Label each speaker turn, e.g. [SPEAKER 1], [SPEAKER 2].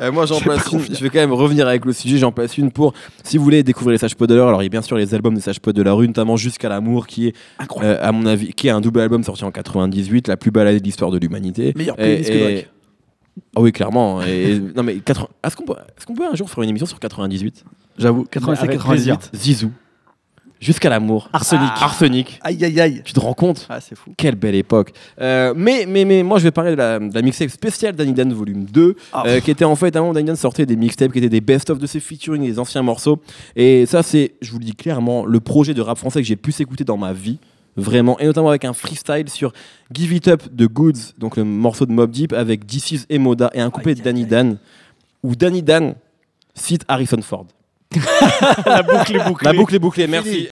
[SPEAKER 1] Euh, moi, j'en
[SPEAKER 2] J'ai pas
[SPEAKER 1] place une.
[SPEAKER 2] confiance.
[SPEAKER 1] Je vais quand même revenir avec le sujet. J'en place une pour si vous voulez découvrir les Sages Pots de l'heure. Alors, il y a bien sûr les albums des Sages Pots de la rue, notamment Jusqu'à l'amour, qui est,
[SPEAKER 2] Incroyable.
[SPEAKER 1] euh, à mon avis, qui est un double album sorti en 98, la plus baladée de l'histoire de l'humanité.
[SPEAKER 2] Meilleur
[SPEAKER 1] Et-
[SPEAKER 2] playlist que
[SPEAKER 1] et-
[SPEAKER 2] Drake.
[SPEAKER 1] Ah oui, clairement. Et, non, mais 80 est-ce qu'on peut, est-ce qu'on peut un jour faire une émission sur 98
[SPEAKER 2] J'avoue,
[SPEAKER 3] Avec plaisir.
[SPEAKER 2] 87-98.
[SPEAKER 1] Zizou. Jusqu'à l'amour. Ah,
[SPEAKER 3] Arsenic.
[SPEAKER 1] Arsenic.
[SPEAKER 2] Aïe, aïe, aïe.
[SPEAKER 1] Tu te rends compte
[SPEAKER 2] Ah, c'est fou.
[SPEAKER 1] Quelle belle époque. Euh, mais, mais, mais moi, je vais parler de la, de la mixtape spéciale Danny Dan volume 2,
[SPEAKER 2] Ah,
[SPEAKER 1] euh, qui était en fait, avant Danny Dan sortait des mixtapes qui étaient des best-of de ses featuring, des anciens morceaux. Et ça, c'est, je vous le dis clairement, le projet de rap français que j'ai le plus écouté dans ma vie. Vraiment, et notamment avec un freestyle sur Give It Up de Goods, donc le morceau de Mob Deep, avec This Is et Moda, et un couplet
[SPEAKER 2] Aïe,
[SPEAKER 1] de
[SPEAKER 2] aïe,
[SPEAKER 1] Danny
[SPEAKER 2] aïe.
[SPEAKER 1] Dan, où Danny Dan cite Harrison Ford.
[SPEAKER 3] La boucle est bouclée.
[SPEAKER 1] La boucle est bouclée, merci.